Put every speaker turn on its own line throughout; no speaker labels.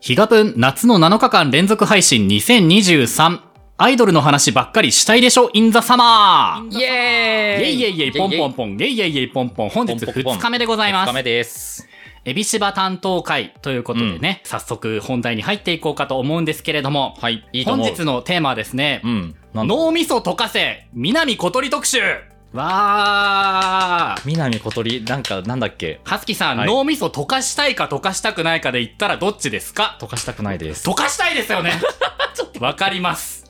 ヒガプン夏の7日間連続配信2023アイドルの話ばっかりしたいでしょ in the summer!
イエ
イェ
ーイ
イイェイイェイポンポンポンイェイイェイイェイポンポン本日
ポンポンポン
2日目でございま
二日
す
目です。
エビシバ担当会ということでね、早速本題に入っていこうかと思うんですけれども
はい、いいと
本
思う。
日のテーマはですね
うん。なんだ
脳みそ溶かせ南小鳥特集わー
南小鳥、なんか、なんだっけ
はすきさん、
はい
脳みそ溶かしたいか溶かしたくないかで言ったらどっちですか
溶かしたくないです。
溶かしたいです よね わかります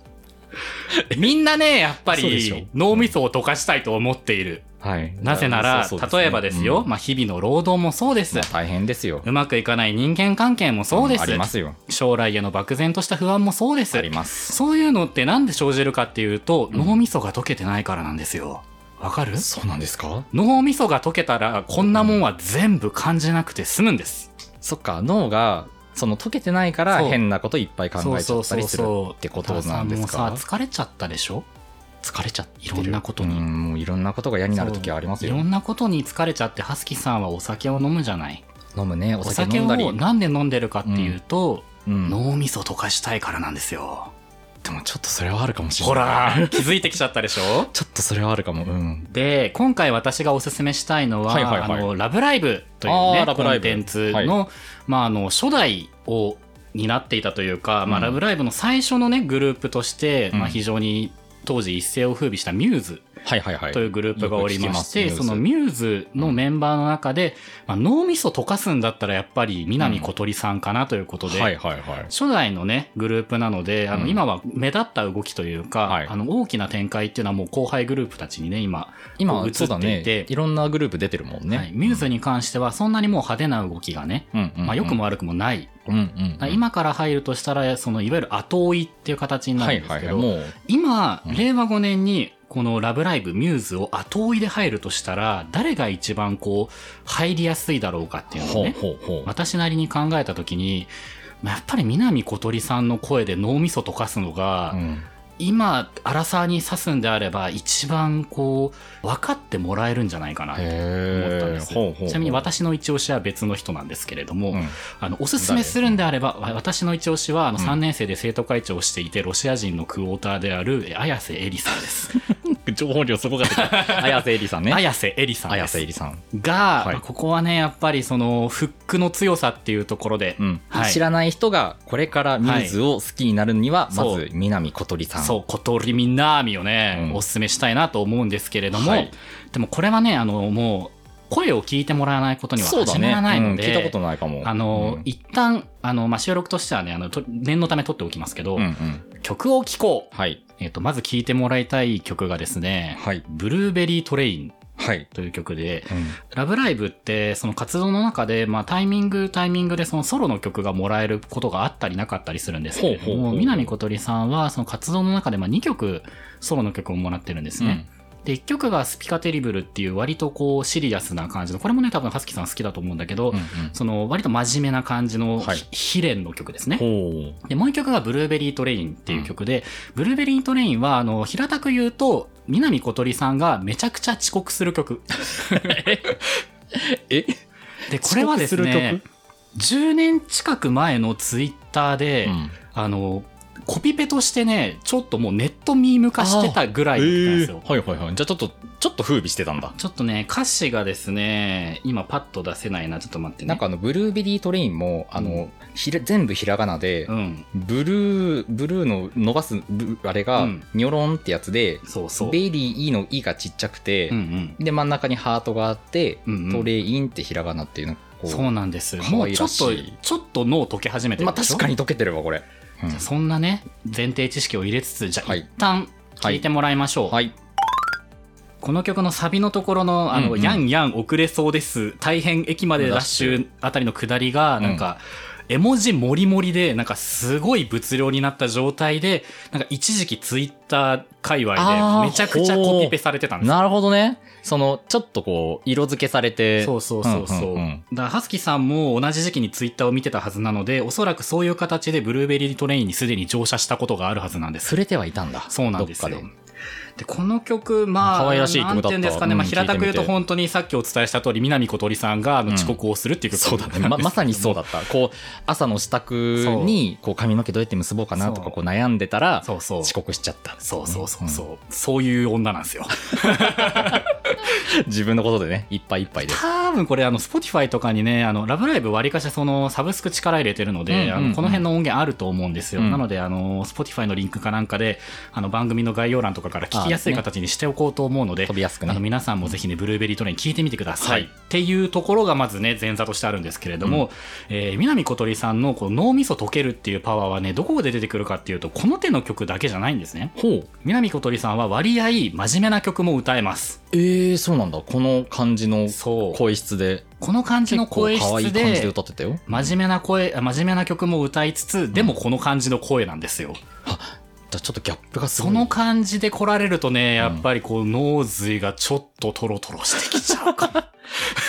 みんなねやっぱ
そうでしょ
り脳みそを溶かしたいと思っている
はい。
なぜなら、
そうそうね
例えばですよ、
うん
まあ、日々の労働もそうです、
まあ大変ですよ。
うまくいかない人間関係もそうで
んあ
す,、
りますよ。
将来への漠然とした不安もそうです
あります。
そういうのってなんで生じるかっていうと、脳みそが溶けてないからなんですよわかる
そうなんですか
脳みそが溶けたらこんなもんは全部感じなくて済むんです
そっか、脳が、その溶けてないから
そう
変なこといっぱい考えちゃったりするってことなんです
多田さん
か
もさ疲れちゃったでしょ
疲れちゃって
いろんなことに
うん、もういろんなことが嫌になる時はあります
い
よ
ろ。んなことに疲れちゃってハスキーさんはお酒を飲むじゃない
飲むね、お
お
酒
酒
飲んだり。
をなんで飲んでるかっていうと、
うん
脳みそ溶かしたいからなんですよ
でもちょっとそれはあるかもしれな
ほ
い。
ら気づいてきちゃったでしょ
ちょっとそれはあるかも。うん。
で今回私がおすすめしたいのは「
はいはいは
あ
い
のラブライブ!」という
あ
ね
ーラ
コ
ブライ
ン
ブ
テンツの,、まあ、あの初代を担っていたというか「まあ、
うん
ラブライブ!」の最初のねグループとして、
うん
まあ、非常に当時一世を風靡したミューズ
はいはいはい。
というグループがおりまして、
よく聞き
そ
ます
のミューズのメンバーの中で、まあ、脳みそ溶かすんだったらやっぱり南小鳥さんかなということで、
はいはいはい。
初代のねグループなのであの、
うん
今は目立った動きというか、
はい
あの大きな展開っていうのはもう後輩グループたちにね今映
今
っていて
そうだね。いろんなグループ出てるもんね。
はい、ミューズに関してはそんなにもう派手な動きがね、
うんうんうん
まあ、良くも悪くもない、
うんうんうん。
今から入るとしたらそのいわゆる後追いっていう形にな
は
る
い
んです
はい
け
はい。
ど、
もう、
今
うん
令和5年にこの「ラブライブ!」ミューズを後追いで入るとしたら誰が一番こう入りやすいだろうかっていうのを
ほう
ね
ほうほう。
私なりに考えた時にまあやっぱり南小鳥さんの声で脳みそ溶かすのが、
うん
今荒沢に刺すんであれば一番こう分かってもらえるんじゃないかなって思ったん
へ
です、
え。ほうほうほう
ちなみに、私の一押しは別の人なんですけれども、
うん
あのおすすめするんであればわ私の一押しはあの3年生で生徒会長をしていて、ロシア人のクォーターであるえ綾瀬えりさんです。
情報量すごかった。 綾瀬えりさんね。
綾瀬えりさんで
綾瀬え
す
りさん。
が、
はい
まあここはねやっぱりそのフックの強さっていうところで、
うん
はい
知らない人がこれからミューズを好きになるには、ま
そう
ず南小鳥さん。
そう小鳥みなみをね、
うん
おすすめしたいなと思うんですけれども、
はい
でもこれはねあのもう声を聞いてもらわないことには
そうだ
始ま
ね。
らない
うん
ので、
聞いたことないかも。
あの、
うん
一旦あの、まあ、収録としてはねあのと念のため撮っておきますけど、
うんうん。
曲を聴こう、
はい。
えっとまず聴いてもらいたい曲がですね
はい
「ブルーベリートレイン
はい」。
という曲で
うん
「ラブライブ!」ってその活動の中で、まあ、タイミングタイミングでそのソロの曲がもらえることがあったりなかったりするんですけれども
ほうほうほう
南小鳥さんはその活動の中でまあ2曲ソロの曲をもらってるんですね。で1曲が「スピカテリブル」っていう割とこうシリアスな感じのこれもね多分ハスキーさん好きだと思うんだけど、
うんうん
その割と真面目な感じの
はい
ひ悲恋の曲ですね。
ほう。
でもう一曲が「ブルーベリートレイン」っていう曲で、ブルーベリートレインはあの平たく言うと南小鳥さんがめちゃくちゃ遅刻する 曲
え
でこれはですね10年近く前のツイッターで、
うん
あのコピペとしてねちょっともうネットミーム化してたぐらいだったんですよ、
えーはいはいはい。じゃあちょっと、ちょっと風靡してたんだ。
ちょっとね歌詞がですね今パッと出せないなちょっと待ってね
なんかあの、ブルーベリートレインも、あの、
うん
ひら全部ひらがなで、
うん
ブルー、ブルーの伸ばす、ブあれが
うん、
ニョロンってやつで、
そうそう
ベリー、イのイがちっちゃくて、
うんうん
で、真ん中にハートがあって、
うんうん
トレインってひらがなっていうのこ
そうなんです
可
もう
愛
ちょ
ら
っ
し
と
い
ちょっと脳解け始めて
ま
る
あ
でしょ
確かに溶けてるわ、これ。うん
じゃあそんなね前提知識を入れつつじゃあ
はい
一旦聞いてもらいましょう、
はい。
この曲のサビのところの「あの
うんうん
やんやん遅れそうです大変駅までラッシ
ラ
ュ」あたりの下りがなんか、絵文字もりもりでなんかすごい物量になった状態でなんか一時期ツイッター界
あ
隈
ー
でめちゃくちゃコピペされてたんですよ
なるほどね。その、ちょっとこう、色付けされて、
そうそうそうそう,、
うんうんうん
だからハスキさんも同じ時期にツイッターを見てたはずなのでおそらくそういう形でブルーベリートレインにすでに乗車したことがあるはずなんです
触れてはいたんだ。
そうなんですよ
どっかで。
でこの曲まあ
可愛らしい曲だった
なんていうんですかね、まあ、
うん
平たく言う
聞いて
と
みて
本当にさっきお伝えした通り南小鳥さんがあの
うん
遅刻をするっていう曲
そうだね、ままさにそうだったこう朝の支度にこう髪の毛どうやって結ぼうかなと
そ
か
う
こう悩んでたら
そうそう
遅刻しちゃった
そうそうそうそう、
ん
そういう女なんですよ
うん自分のことでねいっぱいいっぱいで
多分これあの Spotify とかにね「あのラブライブ!」わりかしそのサブスク力入れてるので、
うん
あ
うんう
の
ん
この辺の音源あると思うんですよ、
うん
なのであの Spotify のリンクかなんかであの番組の概要欄とかから聞きやすい形にしておこうと思うので
飛びやすく
あの
ね
皆さんもぜひね、ブルーベリートレイン聞いてみてください。
はい
っていうところがまずね、前座としてあるんですけれども、えー南小鳥さんのこう脳みそ溶けるっていうパワーはね、どこで出てくるかっていうと、この手の曲だけじゃないんですね。
ほう
南小鳥さんは割合真面目な曲も歌えます。
えー、そうなんだこの感じの
そう
声質で
この感じの
結構
声
可愛い
質
感じで
で、
歌ってたよ
真面目な声、あ真面目な曲も歌いつつ、でもこの感じの声なんですよ。
じゃあちょっとギャップがすごい
その感じで来られるとね、やっぱりこう、脳髄がちょっとトロトロしてきちゃうかな。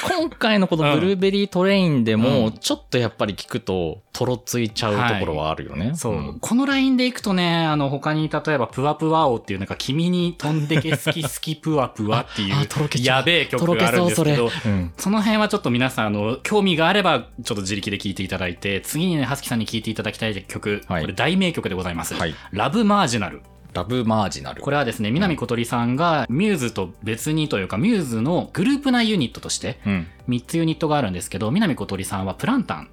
今回のこの
うん
ブルーベリートレインで
う
も
ん
ちょっとやっぱり聞くととろついちゃうところはあるよね、
そう、
ん
このラインでいくとね、あの、他に例えば、ぷわぷわ王っていう、なんか、君に飛んでけ好き好きぷわぷわってい
あ
う
あとろけ、ちゃう
やべえ曲
とろけ
があるん
そう
です
そ
け
れ、
ど、
うん
その辺はちょっと皆さん、あの、興味があれば、ちょっと自力で聴いていただいて、次にね、はすきさんに聴いていただきたい曲、
はい
これ大名曲でございます。
はい
ラブマージナル。
ラブマージナル
これはですね、南小鳥さんが、ミューズと別にというか、ミューズのグループ内ユニットとして、
うん
3つユニットがあるんですけど、南小鳥さんはプランタン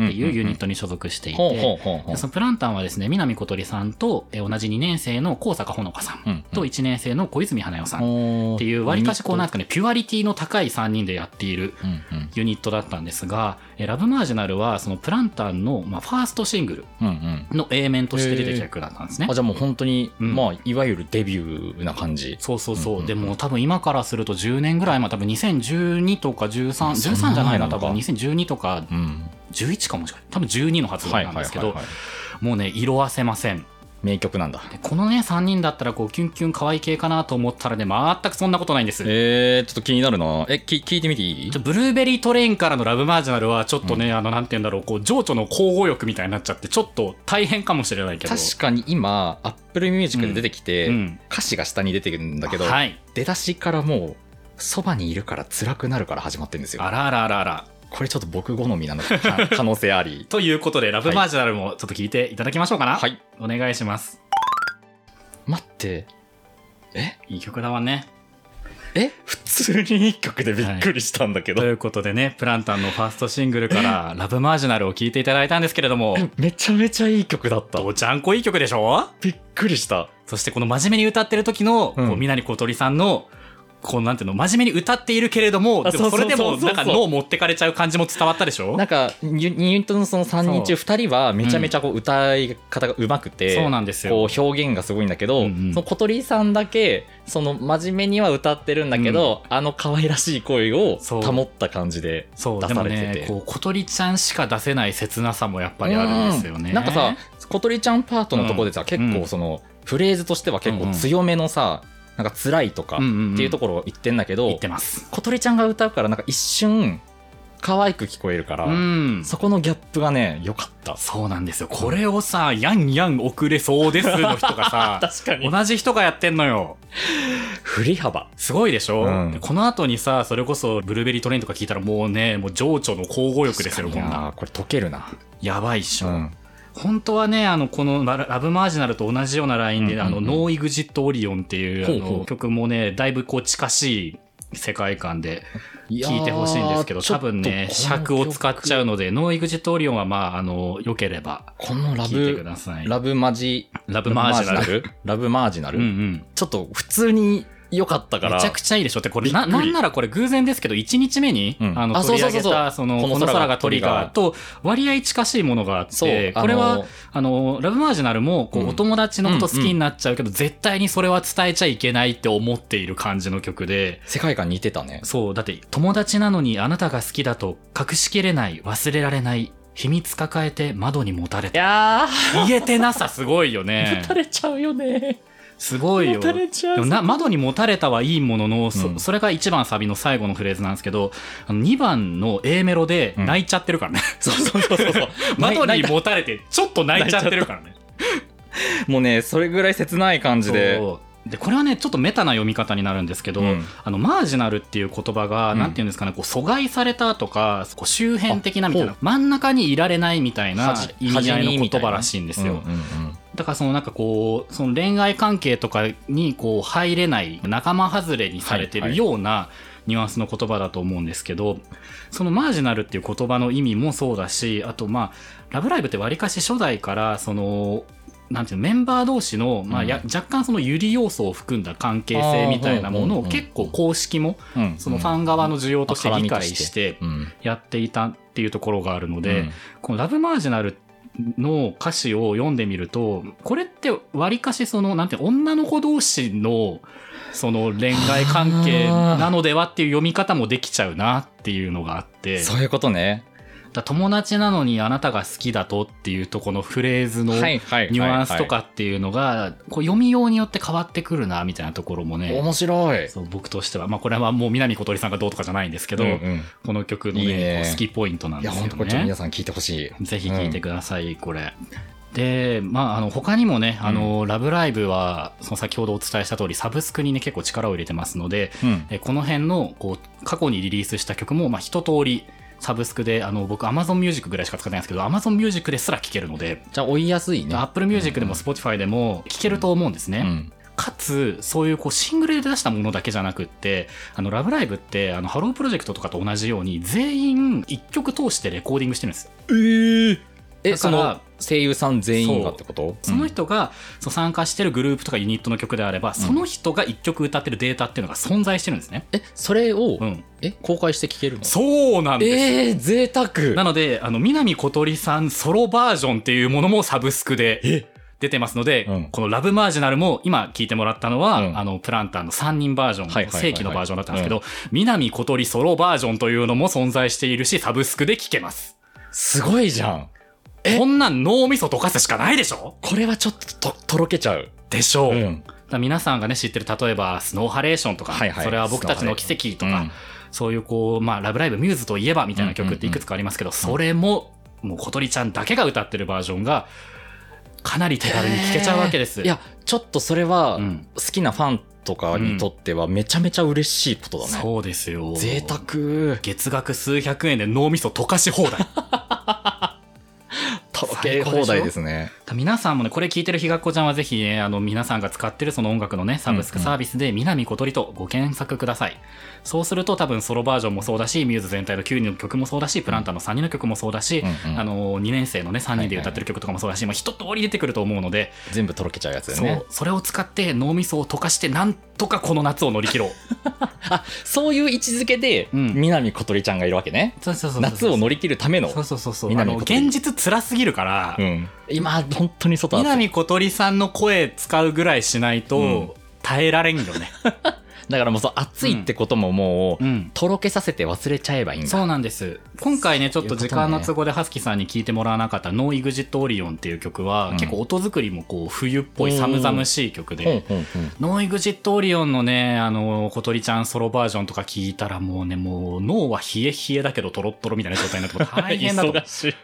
うん
っていうユニットに所属していて、
ほうほうほうほう
でそのプランタンはですね、南小鳥さんとえー同じ2年生の高坂ほのかさ
うんん
と1年生の小泉花代さんっ
って
いう、わりかしこうなんですかね、ピュアリティの高い3人でやっている
うんうん
ユニットだったんですが、えーラブマージナルはそのプランタンの、まあ、ファーストシングル
うんうん
の A 面として出てきた曲だったんですね
あ。じゃあもう本当に、
うん
まあいわゆるデビューな感じ
そうそうそう。
うんうん
でも多分今からすると10年ぐらい、まあ多分2012とか13、13じゃないな、多
そんな前なのか
分2012とか
うん
11かもしれない。多分12の発
は
売
い
なん
はい
ですけ
はい
ど
は、い
もうね、色あせません。
名曲なんだ
でこのね3人だったらこうキュンキュン可愛い系かなと思ったらね全くそんなことないんです
えー、ちょっと気になるなえき聞いてみていい
ちょブルーベリートレインからのラブマージナルはちょっとね、あのなんて言うんだろうこう情緒の交互欲みたいになっちゃってちょっと大変かもしれないけど
確かに今アップルミュージックで出てきて、
うん
歌詞が下に出てるんだけど、
はい
出だしからもうそばにいるから辛くなるから始まってるんですよ
あらあらあらあら
これちょっと僕好みなのか 可能性あり
ということでラブマージナルもちょっと聞いていただきましょうかな
はい
お願いします
待ってえ
いい曲だわね
え普通に1曲でびっくりしたんだけど、
ということでねプランタンのファーストシングル からラブマージナルを聴いていただいたんですけれども
めちゃめちゃいい曲だった
どちゃんこいい曲でしょ
びっくりした
そしてこの真面目に歌ってる時の、
うん
こう南小鳥さんの、こうなんていうの、真面目に歌っているけれども、
あ
でも
そ
そう
そ
れ
う
でも
そうそう
なんか脳持ってかれちゃう感じも伝わったでしょ
なんかユユニットのその3人中2人はめちゃめちゃこう歌い方が上手くて、
そうなんですよ。
こう表現がすごいんだけど、
うんうん
その小鳥さんだけその真面目には歌ってるんだけど、あの可愛らしい声を
そう
保った感じで
そう、
出
で
さ
も
れてて
ね、こう、小鳥ちゃんしか出せない切なさもやっぱりあるんですよね。
うんなんかさ、小鳥ちゃんパートのところでさ、結構そのフレーズとしては結構強めのさ、なんか辛いとか
うんうんうん
っていうところを言ってんだけど、
言ってます。
小鳥ちゃんが歌うからなんか一瞬可愛く聞こえるから、
うん。
そこのギャップがね良かった。
そうなんですよ。これをさ、やんやん遅れそうですの人が さ、
確か
同じ人がやってんのよ。
振り幅。
すごいでしょ、
うん
でこの後にさ、それこそブルーベリートレインとか聞いたらもうね、もう情緒の交互欲ですよ、
確
こ
か
ん
に
な。
なこれ溶けるな。
やばいっし
う
ょ。
ん。
本当はね、あの、このララブマージナルと同じようなラインで、
うんうんうん
あの、ノーイグジットオリオンっていう
ほうほう
あの曲もね、だいぶこう近しい世界観で聴いてほしいんですけど、多分ね、尺を使っちゃう
の。
ので、ノーイグジットオリオンはまあ、あの、良ければ
このラ
聴いてく
ブ
ださい。
ラブマジ
ラブマージナル。
ル。ラブマージナ
う
ル。
んうん。
ちょっと普通に良かったから。
めちゃくちゃいいでしょって、これ、
びっ
な、
くり
なんならこれ偶然ですけど、1日目に、
うん
あの、
あそ
取
う
り
そ
上
うそう
げ
そう
た、その、
こ
こ
の
の
空
空
が
が
ト
ト
リ
リ
ガ
ガ
ー
ーと、割合近しいものがあっ
そう
て、
あの
これは、あの、ラブマージナルも、こ
うん
う、お友達のこと好きになっちゃうけど、絶対にそれは伝えちゃいけないって思っている感じの曲で、
世界観似てたね。
そう、だって、友達なのにあなたが好きだと、隠しきれない、忘れられない、秘密抱えて窓にもたれて。
や
言えてなさすごいよ ね。
れちゃうよね。
すごいよ。
ちゃ
でもな窓にもたれたはいいものの、そ
うん
それが1番サビの最後のフレーズなんですけどあの2番の A メロで
うん
泣いちゃってるから ね、
そうそうそうそうそう。
窓に
も
も たれてちょっと泣いちゃってるからね
もうね、それぐらい切ない感じで。
そうでこれはねちょっとメタな読み方になるんですけど、
うん
あのマージナルっていう言葉が、
うん
なんていうんですかねこう阻害されたとかこう周辺的なみたい
あ
な真ん中にいられないみたいな
端
意味合い
端に
の
み
言
たいな
葉らしいんですよ、
うんうんうん
だからそのなんかこうその恋愛関係とかにこう入れない仲間外れにされて
はいは
る
い
ようなニュアンスの言葉だと思うんですけどそのマージナルっていう言葉の意味もそうだしあとまあ「ラブライブ!」ってわりかし初代からその。なんていうのメンバー同士の、まあや若干そのゆり要素を含んだ関係性みたいなもの
あーうんう
を
んうん
結構公式も
うん
そのファン側の需要として
うん
理解して
うん
やっていたっていうところがあるので、
うん
この「ラブマージナル」の歌詞を読んでみるとこれってわりかしそのなんて女の子同士のその恋愛関係なのではっていう読み方もできちゃうなっていうのがあって
そういうことね。
だ友達なのにあなたが好きだとっていうとこのフレーズの
はいはいはい
ニュアンスとかっていうのがこう読みようによって変わってくるなみたいなところもね
面白い。
そう僕としては、まあ、これはもう南小鳥さんがどうとかじゃないんですけど、
うんうん
この曲のね
いいね
こう好きポイントなん
い
で
や
すよ
本当これちょっと
ね
皆。さん聞いてほしい。
ぜひ聴いてください、これ。で、まあ、あの他にもね、あのラブライブはその先ほどお伝えした通り、サブスクにね結構力を入れてますので、
うん
えこの辺のこう過去にリリースした曲も、まあ、一通りサブスクで、あの僕、Amazon Music ぐらいしか使ってないんですけど、Amazon Music ですら聴けるので、
じゃあ追いやすいね。
Apple Music でも Spotify でも聴けると思うんですね。
うん
かつそういうこうシングルで出したものだけじゃなくって「あのラブライブ!」ってあのハロープロジェクトとかと同じように全員1曲通してレコーディングしてるんですよだか
え
ら
その声優さん全員がってこと
その人がその参加してるグループとかユニットの曲であればその人が1曲歌ってるデータっていうのが存在してるんですね。
えそれを、
うん、
え公開して聞けるの
そうなんです
えー、贅沢
なので、あの、南小鳥さんソロバージョンっていうものもサブスクで出てますので、
うん
このラブマージナルも今聞いてもらったのは、
うん
あの、プランターの3人バージョン、
はいはいはいはい
正規のバージョンだったんですけど、南小鳥ソロバージョンというのも存在しているし、サブスクで聞けます。
すごいじゃん
こんなん脳みそ溶かすしかないでしょ
これはちょっとととろけちゃう
でしょう。だか
ん
ら皆さんがね、知ってる、例えば、スノーハレーションとか、
はいはい
それは僕たちの奇跡とか、そういうこう、まあ、ラブライブミューズといえばみたいな曲っていくつかありますけど、それも、もう小鳥ちゃんだけが歌ってるバージョンが、かなり手軽に聴けちゃうわけです。
いやちょっとそれは、
うん
好きなファンとかにとってはめちゃめちゃ嬉しいことだね、
そうですよ。
贅沢
月額数百円で脳みそ溶かし放題。
とろけ放題ですね
皆さんもね、これ聞いてるひがっこちゃんはぜひね、あの、皆さんが使ってるその音楽のね、サブスクサービスで、南小鳥とご検索ください。そうすると多分ソロバージョンもそうだし、ミューズ全体の9人の曲もそうだし、プランターの3人の曲もそうだし、
うんうん
あの、2年生のね、3人で歌ってる曲とかもそうだし、まあ一通り出てくると思うので、
全部とろけちゃうやつだよ
そう
ね
それを使って脳みそを溶かしてなんとかこの夏を乗り切ろ う
あそういう位置づけで、
うん
南小鳥ちゃんがいるわけね
そうそうそう
夏を乗り切るための
そうそうそうそうあ
南
の
小鳥
現実辛すぎるから、
うん今本当に外暑い
南小鳥さんの声使うぐらいしないと、
うん
耐えられんよね、
だからもうそう暑いってことももう、
うん、
とろけさせて忘れちゃえばいいんだ
そうなんです今回ねちょっと
そういう
時
ことね
間の都合でハスキーさんに聞いてもらわなかった「ノーイグジットオリオンっていう曲は、
うん
結構音作りもこう冬っぽい寒々しい曲で、
ほんほんほん
ノーイグジットオリオンのね、あの、小鳥ちゃんソロバージョンとか聞いたらもうね、もう脳は冷え冷えだけどトロットロみたいな状態になってもう大変だと。
忙しい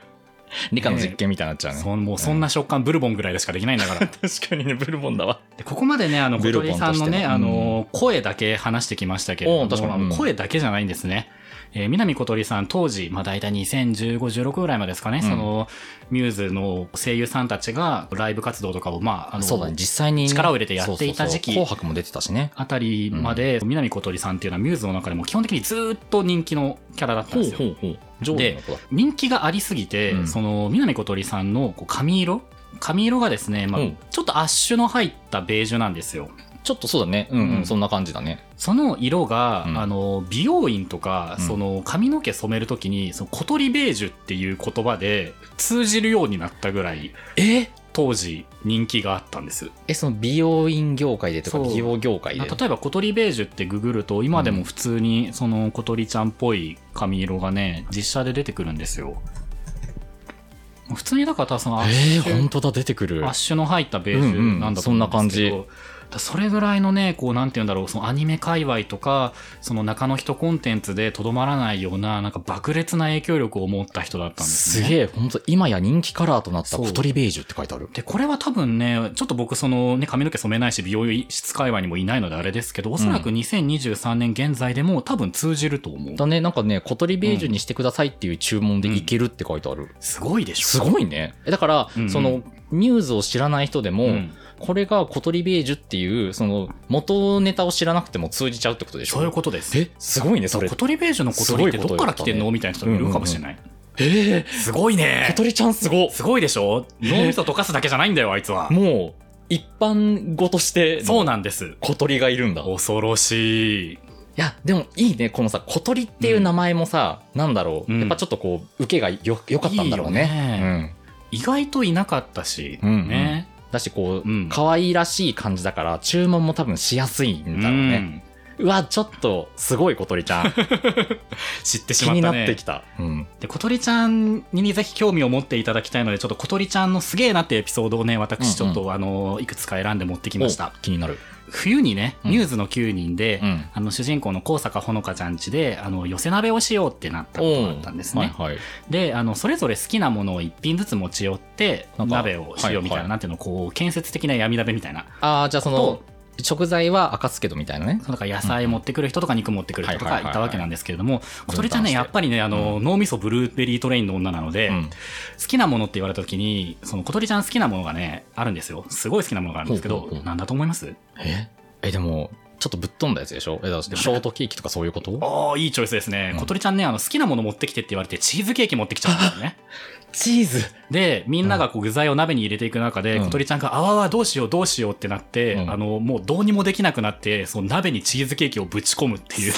理科の実験みたいになっちゃうね
そんもうそんな食感ブルボンぐらいでしかできないんだから。
確かにねブルボンだわ
でここまでね、あの、
ブ
小
ルボ
鳥
ン
さんの
として
ね、
の
あの、声だけ話してきましたけれど
おう確かに
も、あの
うん
声だけじゃないんですね。えー南小鳥さん当時、まあ、大体2015、16ぐらいまでですかね、
うん
その、ミューズの声優さんたちがライブ活動とかを、まあ、あの、
そうだね実際に
力を入れてやっていた時期
そうそうそう紅白も出てたしね
あたりまで、南小鳥さんっていうのはミューズの中でも基本的にずーっと人気のキャラだったんですよ。
うほう上手の子だ
人気がありすぎて、
うん
その南小鳥さんのこう髪色髪色がですね、まあ
うん
ちょっとアッシュの入ったベージュなんですよ。
ちょっとそうだねうんうん、
うん
そんな感じだね
その色が、
うん
あの美容院とか、
うん
その髪の毛染めるときにその小鳥ベージュっていう言葉で通じるようになったぐらい
え
当時人気があったんです。
えその美容院業界でとか
そう
美容業界で
例えば小鳥ベージュってググると今でも普通にその小鳥ちゃんっぽい髪色がね実写で出てくるんですよ普通にだから多分そのアッ
え
シ
ー、
ュ、
本当だ出てくる
アッシュの入ったベースなんだと思うんですけど、
うんうん
だそれぐらいのねこうなんて言うんだろうそのアニメ界隈とかその中の人コンテンツでとどまらないようななんか爆裂な影響力を持った人だったんです
す
ね。
げえ本当今や人気カラーとなった
そう
太りベージュって書いてある
で、これは多分ね、ちょっと僕、そのね、髪の毛染めないし、美容室界隈にもいないのであれですけど、おそらく2023年現在でも多分通じると思う。
だねなんかね小鳥ベージュにしてくださいっていう注文でいけるって書いてある、
すごいでしょ
すごいねえだから、
うんうん
そのニュースを知らない人でも、
うん
これが小鳥ベージュっていうその元ネタを知らなくても通じちゃうってことでしょ
そういうことです。
えすごいねそれ
小鳥ベージュの小
すご
鳥
い
って
こと
どっから来てんのみたいな人もいるかもしれない。
ええ
すごいね
小。鳥ちゃんすごっ
すごいでしょ脳みそ溶かすだけじゃないんだよ、あいつは。
もう一般語としての
そうなんです。
小鳥がいるんだい
恐ろしい。
やでもいいねこのさ小鳥っていう名前もさ、なんだろう、
うん
やっぱちょっとこう受けがよよかったんだろう
い
ね
いよね意外といなかったし、
うんうん
ね。
うん、だしこう、
うん
可愛らしい感じだから注文も多分しやすいんだろうね、
ん
うわちょっとすごい小鳥ち ゃん
知ってし
気
まっ
に
た
な
ね。
ってきた、うん
で小鳥ちゃんにぜひ興味を持っていただきたいのでちょっと小鳥ちゃんのすげえなってエピソードをね私ちょっと、あのいくつか選んで持ってきました
お気になる、
冬にね
うん
ニュースの9人で、
ん、
あの主人公の高坂ほのかちゃんちであの寄せ鍋をしようってなったことがあったんですね、
はいはい
であのそれぞれ好きなものを1品ずつ持ち寄って
なんか
鍋をしようみたいな、
はいはい
なんていうのこう建設的な闇鍋みたいな
ああじゃあその
と
食材は赤すけどみたいなね
そのなんか野菜持ってくる人とか肉持ってくる人とかいたわけなんですけれども小鳥ちゃんねやっぱりねあの、脳みそブルーベリートレインの女なので、
う
好
ん
きなものって言われた時にその小鳥ちゃん好きなものがねあるんですよすごい好きなものがあるんですけど
ほうほうほう
なんだと思います
ええでもちょっとぶっ飛んだやつでしょえだからショートケーキとかそういうこと
ああいいチョイスですね、
うん
小鳥ちゃんねあの好きなもの持ってきてって言われてチーズケーキ持ってきちゃったんですよね
チー ズ
でみんながこう具材を鍋に入れていく中で、
うん
小鳥ちゃんがあわわどうしようどうしようってなって、
うん
あのもうどうにもできなくなってその鍋にチーズケーキをぶち込むっていう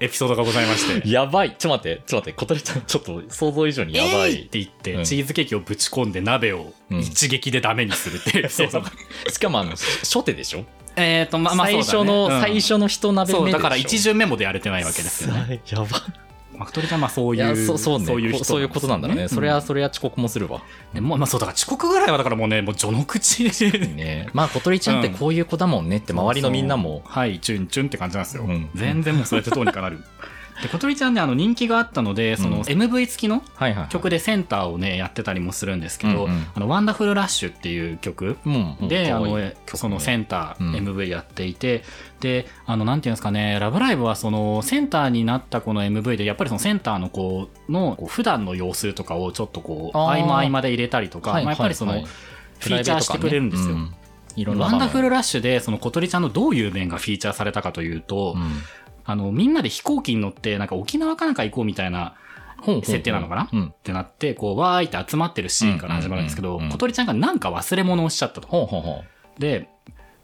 エピソードがございまして
やばいちょっと待ってちょっと待って小鳥ちゃんちょっと想像以上にやば
えーっ
い、
て言って、
うん
チーズケーキをぶち込んで鍋を
うん
一撃でダメにするっていう、
そうそうしかもあの初手でしょ、
えっとまあまあ
最初の、最初の人鍋目でし
そう
ょ
だから一巡目もでやれてないわけですよね。
やば
マクトリちゃんはまあそう
い
いう
やそうそう,、ね、そう
いう人なんですね
そういうことなんだろうね、それ
う
は
ん
それは遅刻もするわ
でもまあそうだから遅刻ぐらいはだからもうねもう序の口で
ねまあ小鳥ちゃんってこういう子だもんねって周りのみんなも
はいチュンチュンって感じなんですよ、
うん
全然もうそれってどうにか なるで小鳥ちゃんねあの人気があったのでその MV 付きの
はいはいはい
曲でセンターをねやってたりもするんですけど「
うんうん
あのワンダフルラッシュ」っていう曲
うんうん
で、あ
可愛い
の、えそのセンター、
うん
MV やっていて、で、あの、なんていうんですかね、ラブライブはその、センターになったこの MV で、やっぱりそのセンターの子の、こう普段の様子とかをちょっとこう、合
あー
間合間で入れたりとか、
はい
まあ、やっぱりその、
はいはい
フィーチャーしてくれるんですよ。
ういろんな
ワンダフ
ル、
ルラッシュで、その小鳥ちゃんのどういう面がフィーチャーされたかというと、
うん
あの、みんなで飛行機に乗って、なんか沖縄かなんか行こうみたいな、設定なのかな
うん
ってなって、こう、わーいって集まってるシーンから始まるんですけ
うん
ど
うんうんう、ん
小鳥ちゃんがなんか忘れ物をしちゃったと。
ほうほうほ
で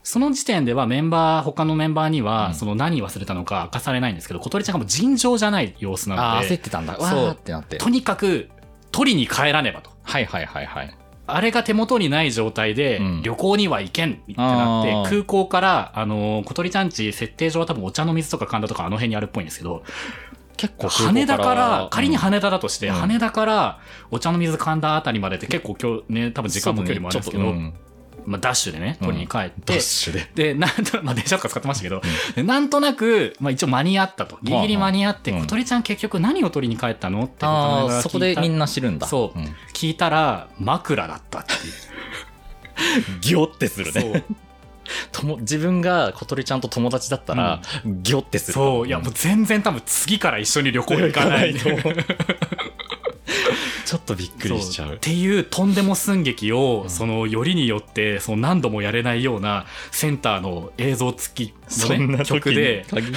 その時点ではメンバー他のメンバーに
う
は
ん
その何忘れたのか明かされないんですけど小鳥ちゃんがもう尋常じゃない様子
う
な
あ
の
ー焦っ
で
てたんだ
そう
わーってなって
とにかく取りに帰らねばと
はいはいはいはい
あれが手元にない状態で
うん
旅行には行けんってなって、
あー
空港から、あのー小鳥ちゃんち設定上は多分お茶の水とか神田とかあの辺にあるっぽいんですけど
結
羽田から仮に
田
羽田だとして、
うん
羽田からお茶の水神田あたりまでって結構今日ね多分時間も距離もあるんですけど、まあ、ダッシュでね取りに帰って、
ダッシュで
で、なんと、ま あ、電車とか使ってましたけど、でなんとなく、まあ、一応間に合ったと。ギリギリ間に合って、
うん
小鳥ちゃん結局何を取りに帰ったのって他
あ
の
ー
人
そこ
が聞い
で
た
みんな知るんだ
そう、
ん
聞いたら、枕だったっていう。
ギョってするね
そう。
とも自分が小鳥ちゃんと友達だったら、ギョってする
そう。いや、もう全然多分次から一緒に旅行行か ない。
行かないとちょっとびっくりしちゃ
そうっ
う
ていうとんでも寸劇を、そのよりによってその何度もやれないようなセンターの映像付きの、ね、曲で
限って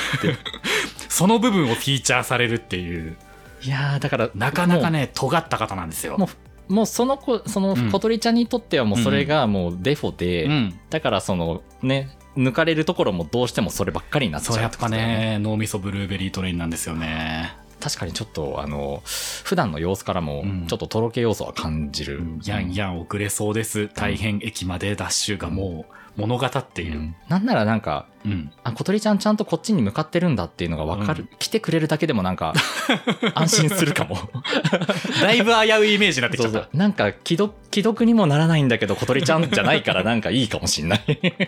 その部分をフィーチャーされるっていう
いやーだから
なかなかね尖った方なんですよ。
もうもうその子その
うん
小鳥ちゃんにとってはもうそれがもうデフォで、
うん、
だからそのね抜かれるところもどうしてもそればっかりになっちゃう
そうやっぱ
てことだよ
ね脳みそブルーベリートレインなんですよね
確かにちょっとあの普段の様子からも
うん
ちょっととろけ要素は感じる、
やんやん遅れそうです大変駅までダッシュがもう物語っている。
うんなんならなんか
うん
あ小鳥ちゃんちゃんとこっちに向かってるんだっていうのが分かる、
う
来てくれるだけでもなんか 安心するかも
だいぶ危ういイメージになってきちゃった。
なんか既読既読にもならないんだけど小鳥ちゃんじゃな いからなんかいいかもしんない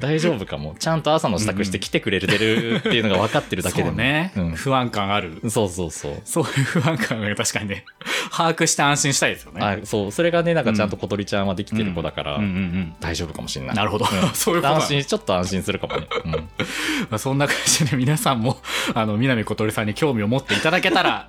大丈夫かもちゃんと朝の支度して来てくれてるっていうのが分かってるだけでも
そうね、
うん
不安感ある。
そうそうそう
そういう不安感が確かにね、把握して安心したいですよね。
あそうそれがねなんかちゃんと小鳥ちゃんはできてる子だから、
うんうん
大丈夫かもしん
う。
なんい
なるほど。 そういうこと
安
だ
心ちょっと安心するかも ね、うん
まあそんな感じで皆さんも、あの、南小鳥さんに興味を持っていただけたら、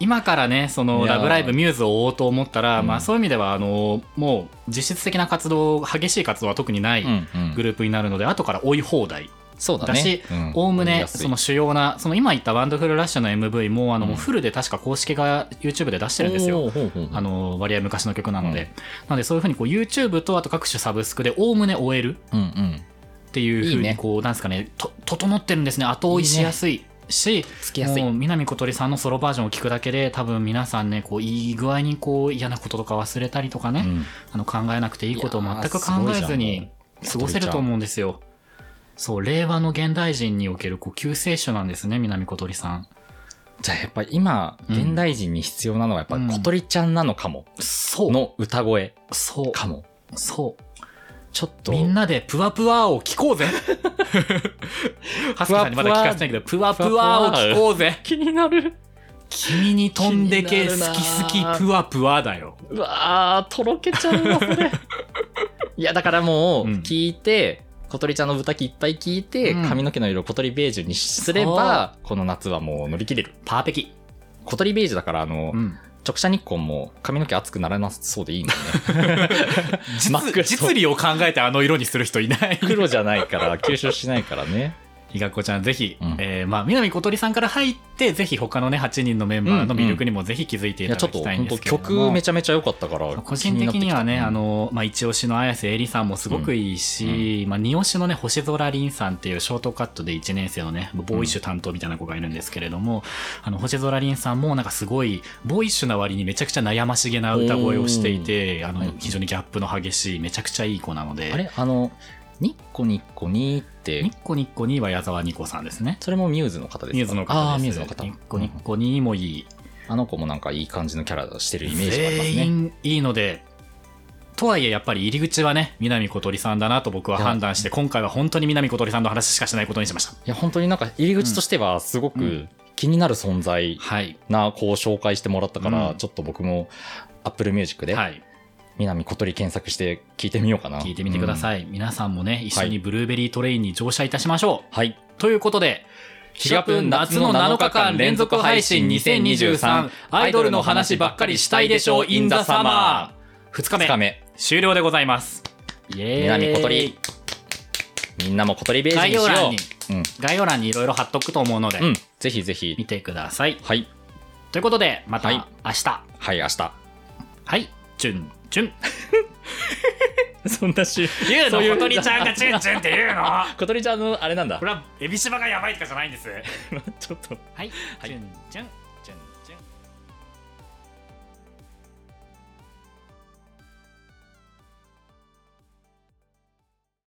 今からね、その、
いやー
ラブライブミューズを追おうと思ったら、
うん
まあそういう意味では、あの、もう実質的な活動、激しい活動は特にない
うんうん
グループになるので、後から追い放題。
そうだ
だし
ねうん
おおむ
やり
ね
やすい
その主要なその今言った「ワンドフルラッシュ」の MV もあの、
うん
もうフルで確か公式が YouTube で出してるんですよ。
おーほうほうほう
あの割合昔の曲なので、なのでそういうふうにこう YouTube とあと各種サブスクでおおむね終える
うんうん
っていうふ
いうい
に
ね
こうなんですかねと整ってるんですね後追いしやすいし
つきやすい
もう南小鳥さんのソロバージョンを聞くだけで多分皆さんねこういい具合にこう嫌なこととか忘れたりとかね、
うん
あの考えなくていいことを全く考えず
いやーすごいじゃん
に
も
過ごせると思うんですよ。そう、令和の現代人におけるこう救世主なんですね、南小鳥さん。
じゃあやっぱり今
うん
現代人に必要なのはやっぱ
うん
小鳥ちゃんなのかも、
そう、
の歌声
そう、
かも
そう。
ちょっと
みんなでプワプワを聞こう ぜ。ハスキーさんにまだ聞かせてないけど、プワプワを聞こうぜ。
気になる
君に飛んでけ、
気
好
になるな
き好きプワプワだよ。
うわーとろけちゃうわそ れいやだからもう
うん
聞いて、小鳥ちゃんの歌いっぱい聞いて、
うん
髪の毛の色を小鳥ベージュにすればこの夏はもう乗り切れる
パーペキ。
小鳥ベージュだからあの、
うん。
直射日光も髪の毛熱くならなそうでいいんだよね 真っ
実
黒
実利を考えてあの色にする人い ない。
黒じゃないから吸収しないから ね
ひがっこちゃん、ぜひ、
うん
えーまあ、南小鳥さんから入って、ぜひ他のね、8人のメンバーの魅力にもぜひ気づいて
い
い
や
た
ち
だ
ょっと
きたいん
本
で
当
すけれども。
曲めちゃめちゃ良かったから
個人的にはね、あ
の
の、まあ、一押しの綾瀬えりさんもすごくいいし、まあ、二押しのね、星空凛さんっていうショートカットで1年生のね、ボーイッシュ担当みたいな子がいるんですけれども、あの、星空凛さんもなんかすごい、ボーイッシュな割にめちゃくちゃ悩ましげな歌声をしていて、あ
う
の
ん、
非常にギャップの激しい、めちゃくちゃいい子なので、
あれあの、ニッコニッコニーっ
ニ
て、
ッコニッコには矢沢ニコさんですね。
それもミューズの方ですか
ミューズの方です。
ああ、ミューズの方。
ニッコニ
う
ッ
ん
コにもいい。
あの子もなんかいい感じのキャラしてるイメージがありま
全
すね。
員いいので、とはいえやっぱり入り口はね、南小鳥さんだなと僕はい
や
判断して、今回は本当に南小鳥さんの話しかしないことにしました。
いや、本当になんか入り口としてはすご
う
く
ん
気になる存在
はい。
な子を紹介してもらったから、
うん
ちょっと僕も Apple Music で、
はい。
南小鳥検索して聞いてみようかな。
聞いてみてくだ
い。
さい。皆さんもね、一緒にブルーベリートレインに乗車いたしましょう。
はい。
ということで、ヒガプン夏の7日間連続配信2023アイドルの話ばっかりしたいでしょう in the summer 2日目
2日目、
終了でございますイエーイ
南小鳥。みんなも小鳥ベージュにしよ
概要欄に
う。うん。
概要欄にいろいろ貼っとくと思うので、
うん。ぜひぜひ。
見てください
はい。
ということでまた
はい
明日
はい、明 日。
はいチュンチ ュン
そんなし、
言う
そういう
の小鳥ちゃんがチュンチュンって言 うの
小鳥ちゃんのあれなんだ
こ。れはエビシバがやばいとかじゃないんです
ちょっと。
はい、チュンチュン